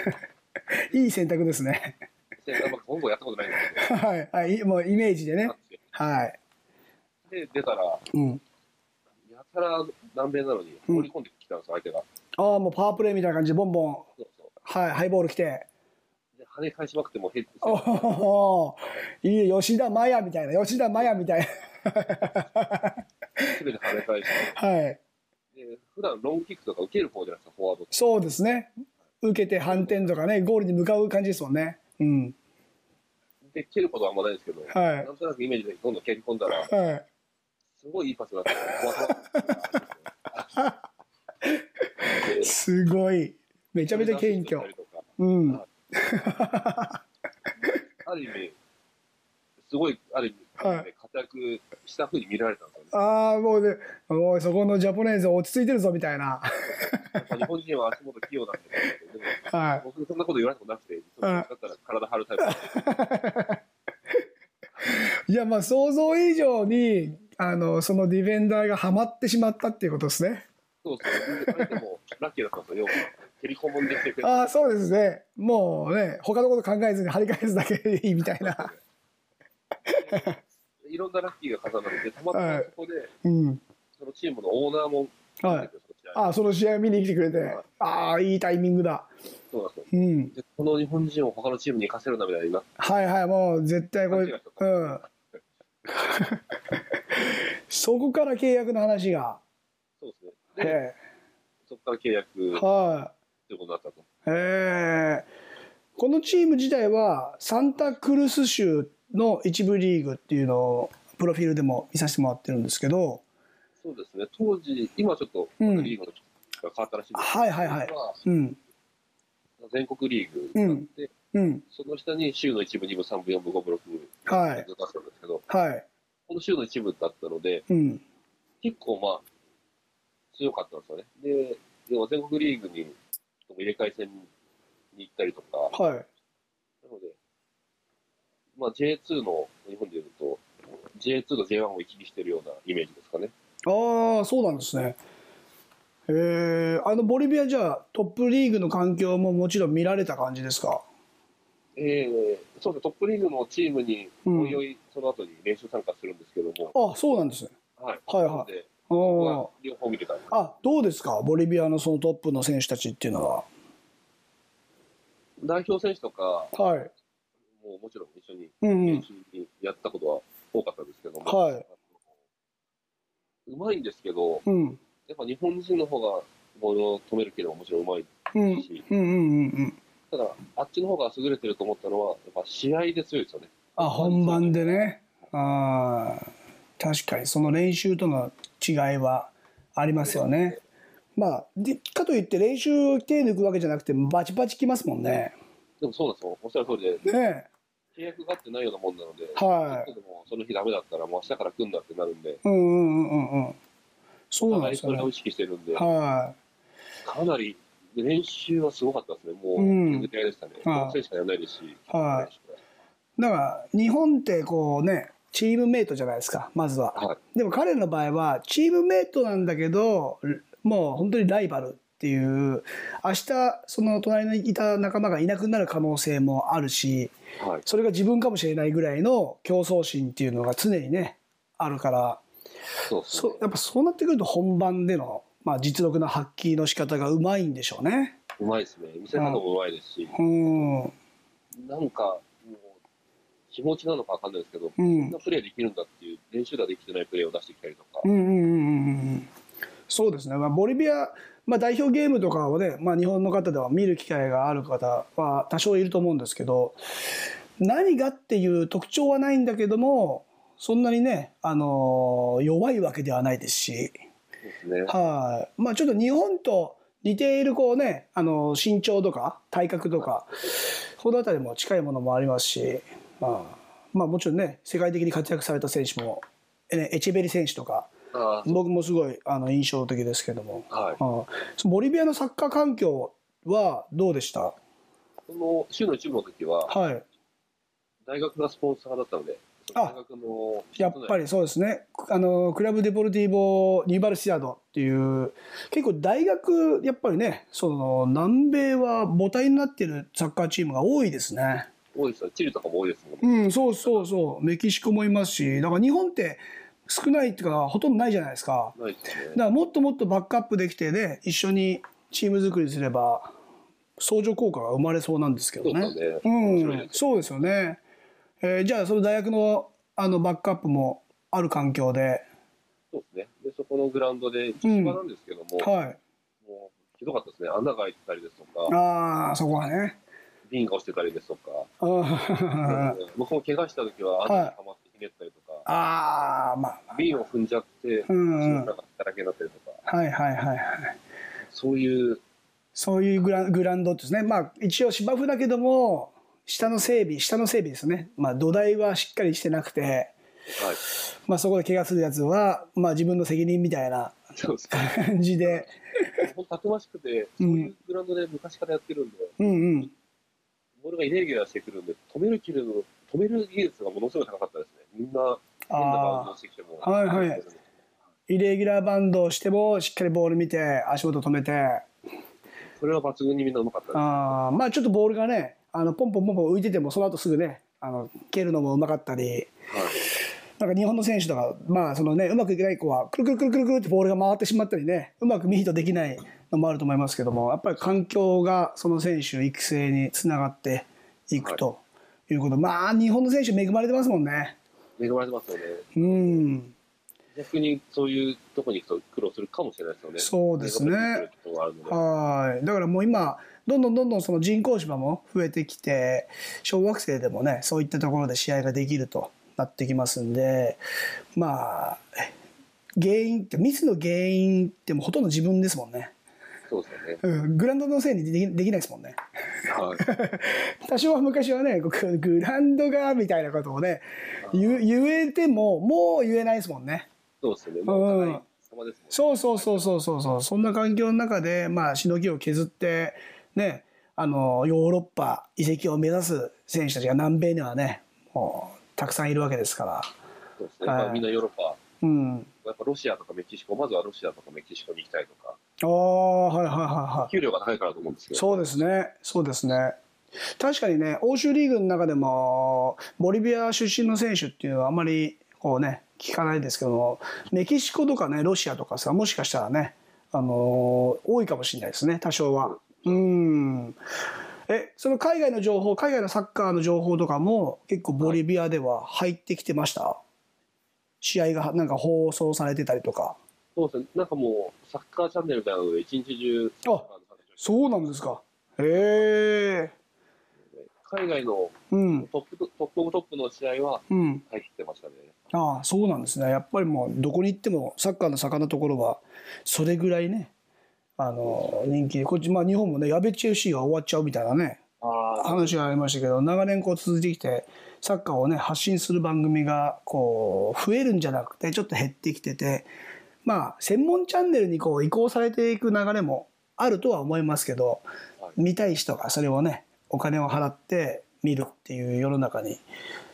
いい選択ですね。センターバック、本郷やったことないんですけはい。はい。もう、イメージでねどあ。って、はい。で、出たら、うん。やたら南米なのに放り込んできたんですよ、相手が。ああ、もうパワープレイみたいな感じで、ボンボン、そうそはい、ハイボール来て。う。で、跳ね返しまくってもヘッドおおーいい、吉田麻也みたいな、吉田麻也みたいな。すべて跳ね返して、はい。で、普段ロングキックとか受ける方じゃないですか、フォワードって。そうですね。受けて反転とかね、ゴールに向かう感じですもんね。うん。で、蹴ることはあんまないですけど、はいなんとなくイメージでどんどん蹴り込んだら、はい。すごいいいパスだったんですよ。すごい。めめちゃめちゃ謙虚。うん。ある意味、すごい、ある意味、はい活躍したふうに見られたんですよね。ああ、もうね、おい、そこのジャポネーズ落ち着いてるぞ、みたいな。やっぱ日本人は足元器用なんで、でもは僕そんなこと言われたことなくて、そうだったら体張るタイプなんでい。いや、まあ、想像以上に、あの、そのディフェンダーがハマってしまったっていうことですね。そうそう。相手もラッ OK だったんですよ、要は。テレコもんできてくれああ、そうですね。もうね、他のこと考えずに張り返すだけでいいみたいな。いろんなラッキーが重なって、たまたはまいそこで、うん。そのチームのオーナーも来てくはれいて、。その試合ああ、その試合を見に来てくれてはい。ああ、いいタイミングだ。そうなんですよ。うん。でこの日本人を他のチームに行かせるなみたいになって、はいはい、もう絶対こ勘違いれしちゃっ、たうん。 そこから契約の話が。そうですね。で、えそこから契約とえいうはことになったと。い。ええこのチーム自体は、サンタクルス州の一部リーグっていうのを、プロフィールでも見させてもらってるんですけど、そうですね。当時、今ちょっと、うんリーグのが変わったらしいんですはいはいはいけど、まあうん、全国リーグがあって、うん、その下に州の一部、二部、三部、四部、五部、六部はだいっ、たんですけど、はい、この州の一部だったので、うん、結構まあ、強かったんですよね。で、要は全国リーグに入れ替え戦に行ったりとか、はい、なので、まあ J2 の、日本で言うと、J2 と J1 を行き来してるようなイメージですかね。ああ、そうなんですね。えー、あのボリビアじゃあトップリーグの環境ももちろん見られた感じですかええそうですね、トップリーグのチームに、うんおいおい、その後に練習参加するんですけども、あそうなんですねはい。はいはいなので、あここーは両方見れたんです。あどうですかボリビアのそのトップの選手たちっていうのは代表選手とか、はいもうもちろん一緒にうんう練ん習にやったことは多かったですけども、はいうまいんですけど、うんやっぱ日本人の方がボールを止めるければもちろんうまい。うんうんうんうんうんただ、あっちの方が優れてると思ったのは、やっぱ試合で強いですよね。あ本番でねあー確かにその練習との違いはありますよねまあでかといって練習を手抜くわけじゃなくてバチバチきますもんねでもそうなんですよ。おっしゃる通りで、ね契約があってないようなもんなので、はいちょっとでもその日ダメだったら、もう明日から来るんだってなるんで、うんうんうんうんうんそおうなん互でいすそよれをね意識してるんで、はかなり練習はすごかったですね。もうう、ん全然でしたね。はいこの選手しかやらないですし、いはいだから日本ってこうねチームメイトじゃないですかまずは、はでも彼の場合はチームメイトなんだけどもう本当にライバルっていう明日その隣にいた仲間がいなくなる可能性もあるしはい。それが自分かもしれないぐらいの競争心っていうのが常にねあるからそうですねそ。やっぱそうなってくると本番での、まあ、実力の発揮の仕方がうまいんでしょうね。うまいですね。見せ方もうまいですし、うん、うん、なんか、もう、気持ちなのかわかんないですけど、こうんんなプレーできるんだっていう、練習ではできてないプレーを出してきたりとか、うんうんうんうんそうですね、まあ、ボリビア、まあ、代表ゲームとかをね、まあ、日本の方では見る機会がある方は多少いると思うんですけど何がっていう特徴はないんだけどもそんなにね、あのー弱いわけではないですし、そうですね。はいまあ、ちょっと日本と似ているこう、ね、あのー身長とか体格とかそのあたりも近いものもありますし、まあまあ、もちろんね世界的に活躍された選手も、ね、エチェベリ選手とか。あー僕もすごいあの印象的ですけども、はい。ああボリビアのサッカー環境はどうでしたその、週の一部の時は、はい大学がスポンサーだったので、その大学の、やっぱりそうですねあのクラブ・デポルティーボ・ニューバルシアードっていう結構大学やっぱりねその南米は母体になってるサッカーチームが多いですね多いですよ。チリとかも多いですもんね。うんそうそうそうメキシコもいますしだから日本って少ないっていうかほとんどないじゃないですかないですだね。からもっともっとバックアップできてね一緒にチーム作りすれば相乗効果が生まれそうなんですけどね。そうですうね面白いんで、すそうですよね。えーじゃあその大学のあのバックアップもある環境で、そうですね。で、そこのグラウンドで、芝なんですけども、はもう、ひどかったですね。穴が開いてたりですとい。か、ああそこは ね。瓶が落ちてたりですとか、あーうん僕も怪我した時は穴にはまってひねったりとか、あーまあまあ。瓶を踏んじゃって、うんう。なんんかだらけになったりとか、はいはいはいはい。そういう、そういうグラグラウンドですね。まあ一応芝生だけども下の整備下の整備ですね。まあ土台はしっかりしてなくて。はい。 まあ、そこで怪我するやつは、まあ、自分の責任みたいな そうですね。感じで、ほんとたくましくて、うそんういうグラウンドで昔からやってるんで、うんうん、ボールがイレギュラーしてくるんで、止める切るの、止める技術がものすごい高かったですね。みんな、変なバウンあドをしてきても。あーはいはいイレギュラーバンドをしてもしっかりボール見て足元止めてそれは抜群にみんなうまかったねあーまあちょっとボールがね、あのポンポンポンポン浮いてても、その後すぐね、あの蹴るのもうまかったり、はいなんか日本の選手とか、まあそのね、うまくいけない子は、くるくるくるくるくるってボールが回ってしまったりね、うまくミートできないのもあると思いますけども、やっぱり環境がその選手育成につながっていくということ、まあ日本の選手恵まれてますもんね。恵まれてますよね。うん。逆にそういうとこに行くと苦労するかもしれないですよね。そうですね恵まれてくるところがあるので。はい。だからもう今、どんどんどんどんその人工芝も増えてきて、小学生でもね、そういったところで試合ができるとなってきますんで、まあ、原因って、ミスの原因ってもうほとんど自分ですもんね。そうですよね。うん、グラウンドのせいにできできないですもんね。はい。多少は昔はね、こうグラウンドが、みたいなことをね、言う言えても、もう言えないですもんね。そうですよ ね。もうお互い様ですもんね。そうそうそうそうそうそうそんな環境の中でまあしのぎを削ってねあのヨーロッパ移籍を目指す選手たちが南米にはねもうたくさんいるわけですからそうですね。やっぱみんなヨーロッパ、やうんっぱロシアとかメキシコ、まずはロシアとかメキシコに行きたいとか、ああはいはいはいはい給料が高いからだと思うんですけど。そうですねそうですね確かにね欧州リーグの中でもボリビア出身の選手っていうのはあんまりこうね聞かないですけどもメキシコとかねロシアとかさもしかしたらねあのー多いかもしれないですね多少はうんえその海外の情報海外のサッカーの情報とかも結構ボリビアでは入ってきてました、試合がなんか放送されてたりとかそうですね。なんかもう、サッカーチャンネルみたいなので、一日中、サッカーの話をしてそうなんですかへえ海外のうんトップと、トップオブトップの試合はうん入ってましたね。ああそうなんですねやっぱりもうどこに行ってもサッカーの盛んなところはそれぐらいねあの人気でこっち、まあ、日本もねやべっち FC が終わっちゃうみたいなねああ、話がありましたけど長年こう続いてきてサッカーをね発信する番組がこう増えるんじゃなくてちょっと減ってきててまあ専門チャンネルにこう移行されていく流れもあるとは思いますけどは見たい人がそれをねお金を払って見るっていう世の中に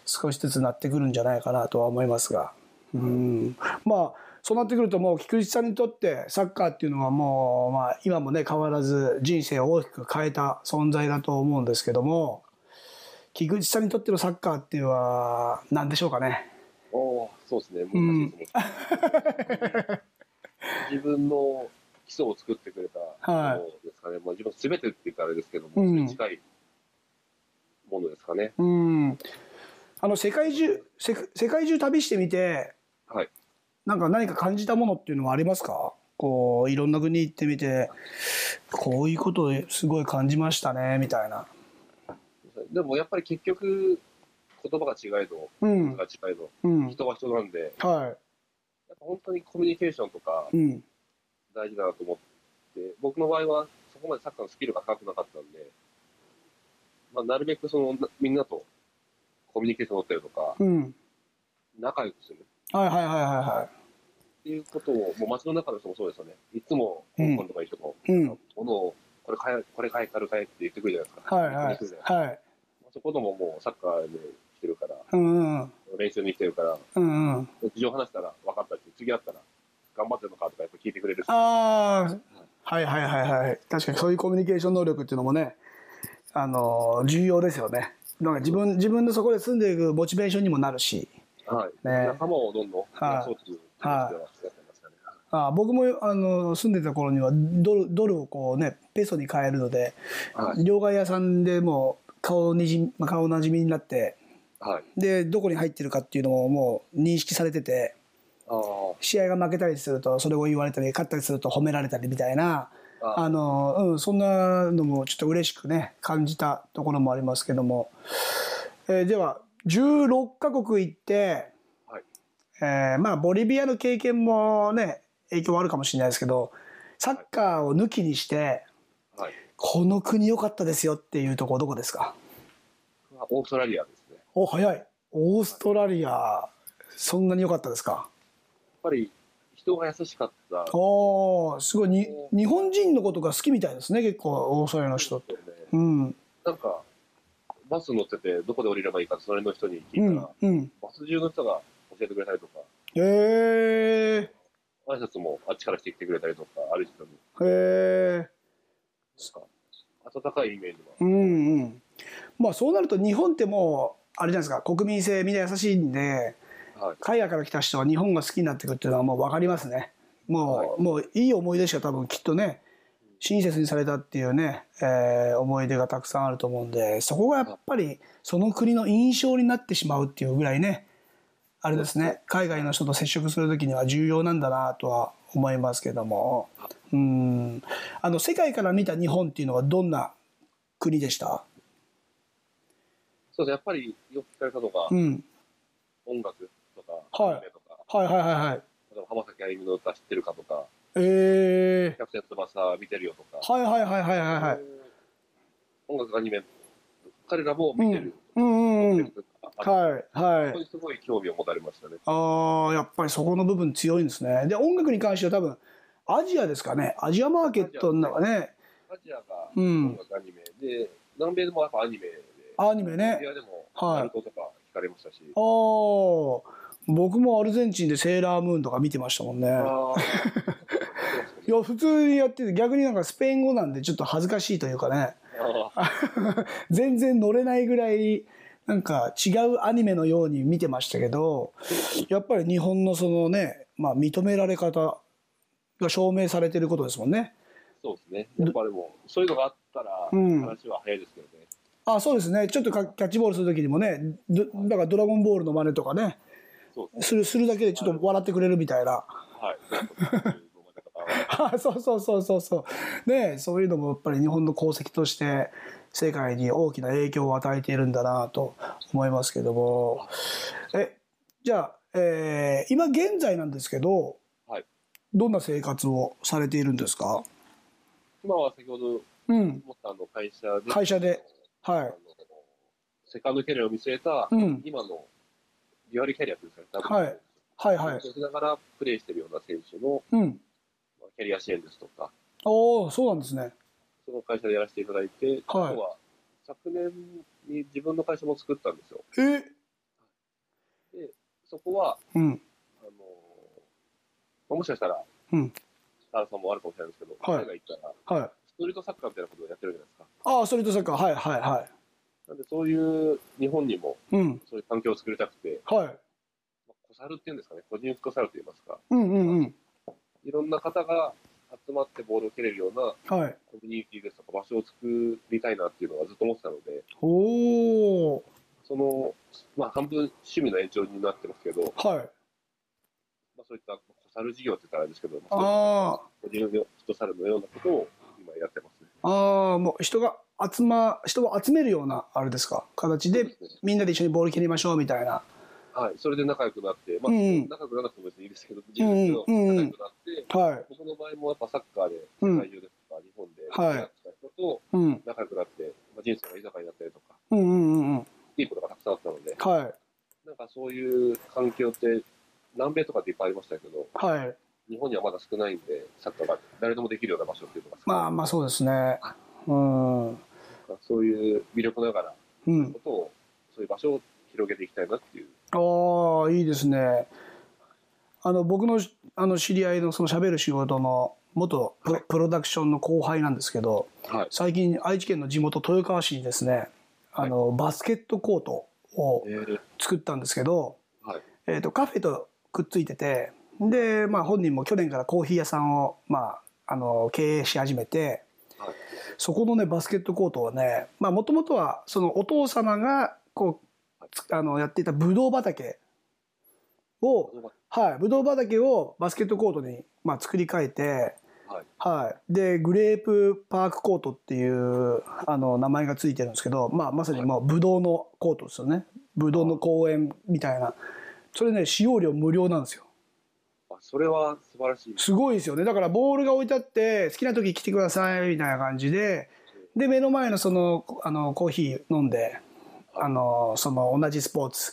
少しずつなってくるんじゃないかなとは思いますがうんまあそうなってくるともう菊池さんにとってサッカーっていうのはもう、まあ、今もね変わらず人生を大きく変えた存在だと思うんですけども菊池さんにとってのサッカーっていうのは何でしょうかねおーそうですね。難しいですね。自分の基礎を作ってくれたはいものですかね。まあ、自分すべてって言ったらあれですけども、うんそれに近いものですかね。うんあの世界中せ世界中旅してみてはい。なんか何か感じたものっていうのはありますかこういろんな国行ってみてこういうことをすごい感じましたねみたいな。でもやっぱり結局、言葉が違いど、うん文化が違いど、うん、人は人なんで、やっはぱ本当にコミュニケーションとかい、うん、大事だなと思って、僕の場合はそこまでサッカーのスキルが高くなかったんで、まあ、なるべくその、なみんなとコミュニケーションを取ったりとか、うん、仲良くする。はいはいはいはっていうことを、もう街の中の人もそうですよね。いつも香港とかいう人も、いはい、うん、物をこれ買え、これ買え、これ買えって言ってくるじゃないですか。はいは言っいてくるじゃないではい、すかそことももうサッカーで来てるから、うんうん練習に来てるから、うんうん、事情話したら分かったし、次会ったら頑張ってるのかとかやっぱ聞いてくれるし、ああはいはいはいはい確かにそういうコミュニケーション能力っていうのもねあの重要ですよね。なんか自分自分のそこで住んでいくモチベーションにもなるし。はい。ね仲間をどんどん増やそうという話ではやってましたね。ああ僕もあの住んでた頃にはドルドルをこうねペソに変えるので、はい両替屋さんでもう顔にじまあ顔なじみになってはい。でどこに入ってるかっていうのももう認識されててあー試合が負けたりするとそれを言われたり勝ったりすると褒められたりみたいなあーあの、うん、そんなのもちょっと嬉しくね感じたところもありますけども、えーでは16カ国行ってはい。えーまあボリビアの経験もね影響はあるかもしれないですけどサッカーを抜きにしてはい。この国良かったですよっていうところどこですかオーストラリアですね。やっお早いオーストラリアそんなに良かったですかぱり人が優しかった。おーすごいに日本人のことが好きみたいですね結構オーストラリアの人ってそうですよねうんなんか、バス乗ってて、どこで降りればいいか、それの人に聞いうたら、んうんバス中の人が教えてくれたりとか、へえ挨拶もあっちからしてきてくれたりとか、ある人に。へえですか。温かいイメージは。うんうん。まあそうなると日本ってもう、あれじゃないですか、国民性みんな優しいんで、はい。海外から来た人は日本が好きになってくっていうのはもう分かりますね。もう、はいもういい思い出しか多分きっとね、親切にされたっていうね、えー思い出がたくさんあると思うんで、そこがやっぱりその国の印象になってしまうっていうぐらいね、あれですね、海外の人と接触するときには重要なんだなとは思いますけども、うん、あの、世界から見た日本っていうのはどんな国でしたそうですね。やっぱりよく聞かれたのが、うん。音楽とか、はいアニメとか、はいはいはいはい。例えば浜崎あゆみの歌知ってるかとか、えキャプテン翼見てるよとか、ー、はいはいはいはいはいはい。音楽、アニメ、彼らも見てる。うんうんう。うんはい、はこい。にすごい興味を持たれましたね。ああ、やっぱりそこの部分強いんですね。で、音楽に関しては多分、アジアですかね。アジアマーケットの中ね、アジアがうん音楽アニメで、南米でもやっぱアニメで、アニメイタね。リアでもはいナルトとか聞かれましたし、ああ、僕もアルゼンチンでセーラームーンとか見てましたもんね。あーいや、普通にやってて、逆になんかスペイン語なんでちょっと恥ずかしいというかね。 あ全然乗れないぐらい、なんか違うアニメのように見てましたけど、やっぱり日本のそのね、まあ認められ方が証明されてることですもんね。そうですね。やっぱでも、そういうのがあったら、うん話は早いですけどね。あ、そうですね。ちょっとかキャッチボールするときにもね、どだからドラゴンボールの真似とかね、そうですね。する、するだけでちょっと笑ってくれるみたいな。 はい。そういうのがなんかあそうそうそうそうそう。ねえそういうのもやっぱり日本の功績として世界に大きな影響を与えているんだなと思いますけども。え、じゃあ、えー今現在なんですけど、はい。どんな生活をされているんですか今は先ほどうん。思ったあの会社で、会社で。あはの、セカンドキャリアを見据えた、い。うん。今のデュアルキャリアというか、はいはいはい。しながらプレイしてるような選手のうん。まあキャリア支援ですとか、おおそうなんですね。その会社でやらせていただいて、あとは昨年に自分の会社も作ったんですよ。えそこは、うん。あのまあもしかしたら、うん。田原さんもあるかもしれないですけど、はい海外行ったら、はい。ストリートサッカーみたいなことをやってるじゃないですか。ああ、ストリートサッカー。はいはいはなんで、そういう日本にもい。うん。そういう環境を作りたくて、はい。まあ、コサルっていうんですかね、個人フットサルといいますか、うんうんうん。いろんな方が集まってボールを蹴れるようなはい。コミュニティですとか場所を作りたいなっていうのはずっと思ってたので、おおその、まあ半分趣味の延長になってますけど、はい。まあそういったコサル事業って言ったらあれですけど、ああ。個人フットサルのようなことを今やってますね。ああ、もう人が集ま、人を集めるような、あれですか、形で、そうですねみんなで一緒にボール蹴りましょうみたいな。はい。それで仲良くなって、まあ、うんうん仲良くならなくても別にいいですけど、自分の仲良くなって、はい。僕の場合もやっぱサッカーで、世うん界中ですとか、日本で、はいやってた人とうん。仲良くなって、まあ、人生が豊かになったりとか、うんうんうんうん。いいことがたくさんあったので、はい。なんかそういう環境って、南米とかっていっぱいありましたけど、はい。日本にはまだ少ないんで、サッカーが誰でもできるような場所っていうのが、まあまあそうですね。うん。うなんかそういう魅力ながら、んこ。とを、そういう場所を広げていきたいなっていう。ああ、いいですね。あの、僕の、あの、知り合いのその喋る仕事の元プロプロダクションの後輩なんですけど、はい。最近愛知県の地元豊川市にですね、あの、バスケットコートをえー、作ったんですけど、はい。えー、とカフェとくっついててで、まあ、本人も去年からコーヒー屋さんを、まあ、あの経営し始めてはい。そこのねバスケットコートはねもともとはそのお父様がこうつあのやっていたブドウ畑を、はい、ブドウ畑をバスケットコートに、まあ、作り変えて、はい。はい、でグレープパークコートっていうあの名前がついてるんですけど、まあ、まさにもうブドウのコートですよねブドウの公園みたいなそれね使用料無料なんですよあ、それは素晴らしい。すごいですよねだからボールが置いてあって好きな時来てくださいみたいな感じでで目の前のそのあのコーヒー飲んであのその同じスポーツ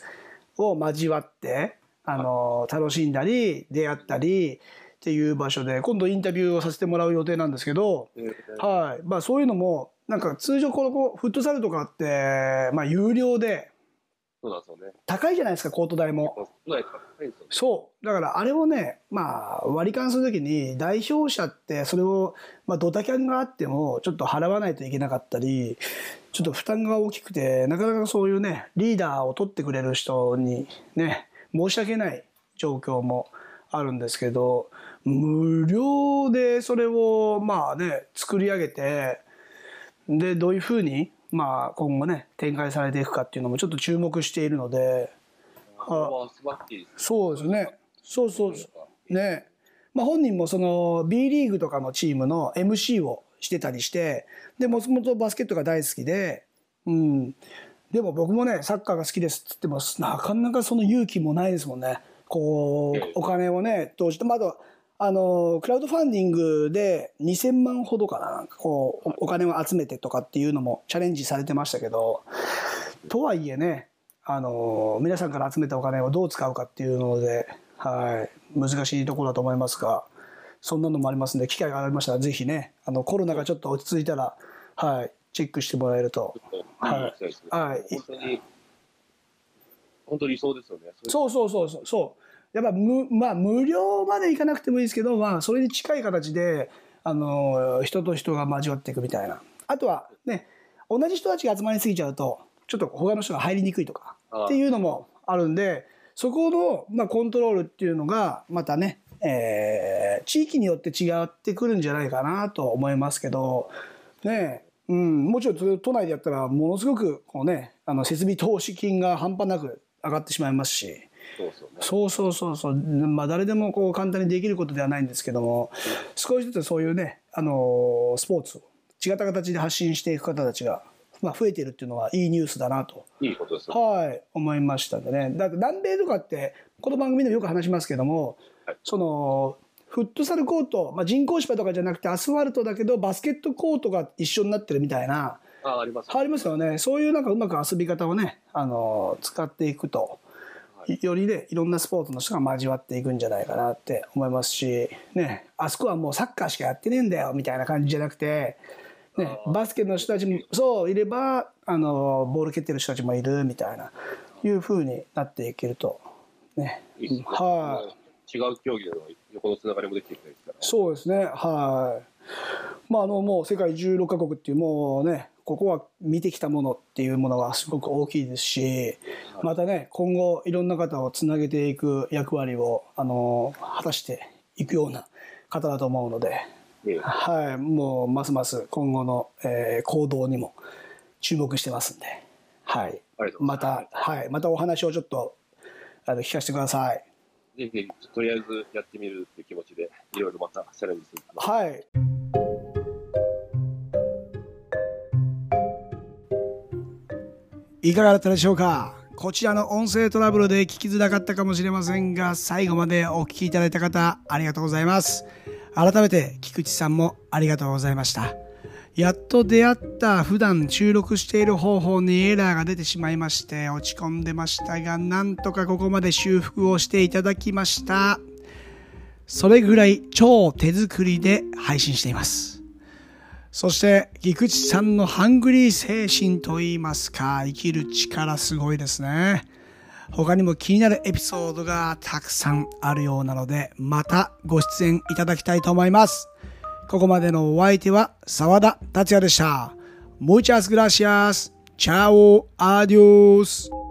を交わってあの楽しんだり出会ったりっていう場所で今度インタビューをさせてもらう予定なんですけどえーはい。まあそういうのも、なんか通常このこうフットサルとかって、まあ有料で、そうなんですよね。高いじゃないですか、コート代も。少ないから高いんですよね。そう。だからあれをね、まあ、割り勘するときに、代表者ってそれを、まあ、ドタキャンがあっても、ちょっと払わないといけなかったり、ちょっと負担が大きくて、なかなかそういうね、リーダーを取ってくれる人にね、申し訳ない状況もあるんですけど、無料でそれを、まあね、作り上げて、で、どういうふうに、まあ、今後ね、展開されていくかっていうのもちょっと注目しているので、これは素晴らしいですね。そうですね。そうそうそう。ね。まあ本人もその B リーグとかのチームの MC をしてたりして、で、もともとバスケットが大好きで、うん。でも僕もね、サッカーが好きですって言っても、なかなかその勇気もないですもんね。こええう、お金をね、投じて、まだ、あの、クラウドファンディングで2000万ほどかな、なんかこう、おお金を集めてとかっていうのもチャレンジされてましたけど、とはいえね、あの皆さんから集めたお金をどう使うかっていうので、はい、難しいところだと思いますが、そんなのもありますんで、機会がありましたら、ぜひね、あの、コロナがちょっと落ち着いたら、はい、チェックしてもらえると。ちょっとはいはい本当に、本当に理想ですよね。うそうそうそうそう。そうやっぱ無、まあ、無料までいかなくてもいいですけど、まあ、それに近い形で、あの、人と人が交わっていくみたいな。あとは、ね、同じ人たちが集まりすぎちゃうと、ちょっと他の人が入りにくいとかああ、っていうのもあるんで、そこの、まあ、コントロールっていうのが、またね、えー地域によって違ってくるんじゃないかなと思いますけど、ねえ、うん、もちろんそれを都内でやったら、ものすごく、こうね、あの、設備投資金が半端なく上がってしまいますし、そうですよね。そうそうそうそう、まあ、誰でもこう簡単にできることではないんですけども、少しずつそういうね、あのースポーツを違った形で発信していく方たちが、まあ、増えているっていうのはいいニュースだなと、いいことですよね。はい、思いましたんでね。だって南米とかって、この番組でもよく話しますけども、はいその、フットサルコート、まあ、人工芝とかじゃなくてアスファルトだけど、バスケットコートが一緒になってるみたいな、ああ、あります。ありますよね。そういうなんかうまく遊び方をね、あのー使っていくと、よりね、いろんなスポーツの人が交わっていくんじゃないかなって思いますし、ね、あそこはもうサッカーしかやってねえんだよ、みたいな感じじゃなくて、ね、バスケの人たちも、そう、いれば、あのーボール蹴ってる人たちもいる、みたいな、いう風になっていけると、ね。いいですね。はい。違う競技での横のつながりもできてきたりですから。そうですね、はい。まあ、あの、もう世界16カ国っていう、もうね、ここは見てきたものっていうものがすごく大きいですし、またね、今後いろんな方をつなげていく役割を、あの、果たしていくような方だと思うので、ええはい、もうますます今後の、えー行動にも注目してますんで、はいありがと。まうございますた、はい、またお話をちょっと、あの、聞かせてください。ぜひぜひ、とりあえずやってみるっていう気持ちで、いろいろまたチャレンジしていきます。はい。いかがだったでしょうかこちらの音声トラブルで聞きづらかったかもしれませんが、最後までお聞きいただいた方、ありがとうございます。改めて、菊池さんもありがとうございました。やっと出会った普段収録している方法にエラーが出てしまいまして、落ち込んでましたが、なんとかここまで修復をしていただきました。それぐらい超手作りで配信しています。そして、菊池さんのハングリー精神といいますか、生きる力すごいですね。他にも気になるエピソードがたくさんあるようなので、またご出演いただきたいと思います。ここまでのお相手は沢田達也でした。Muchas gracias. Chao. Adios.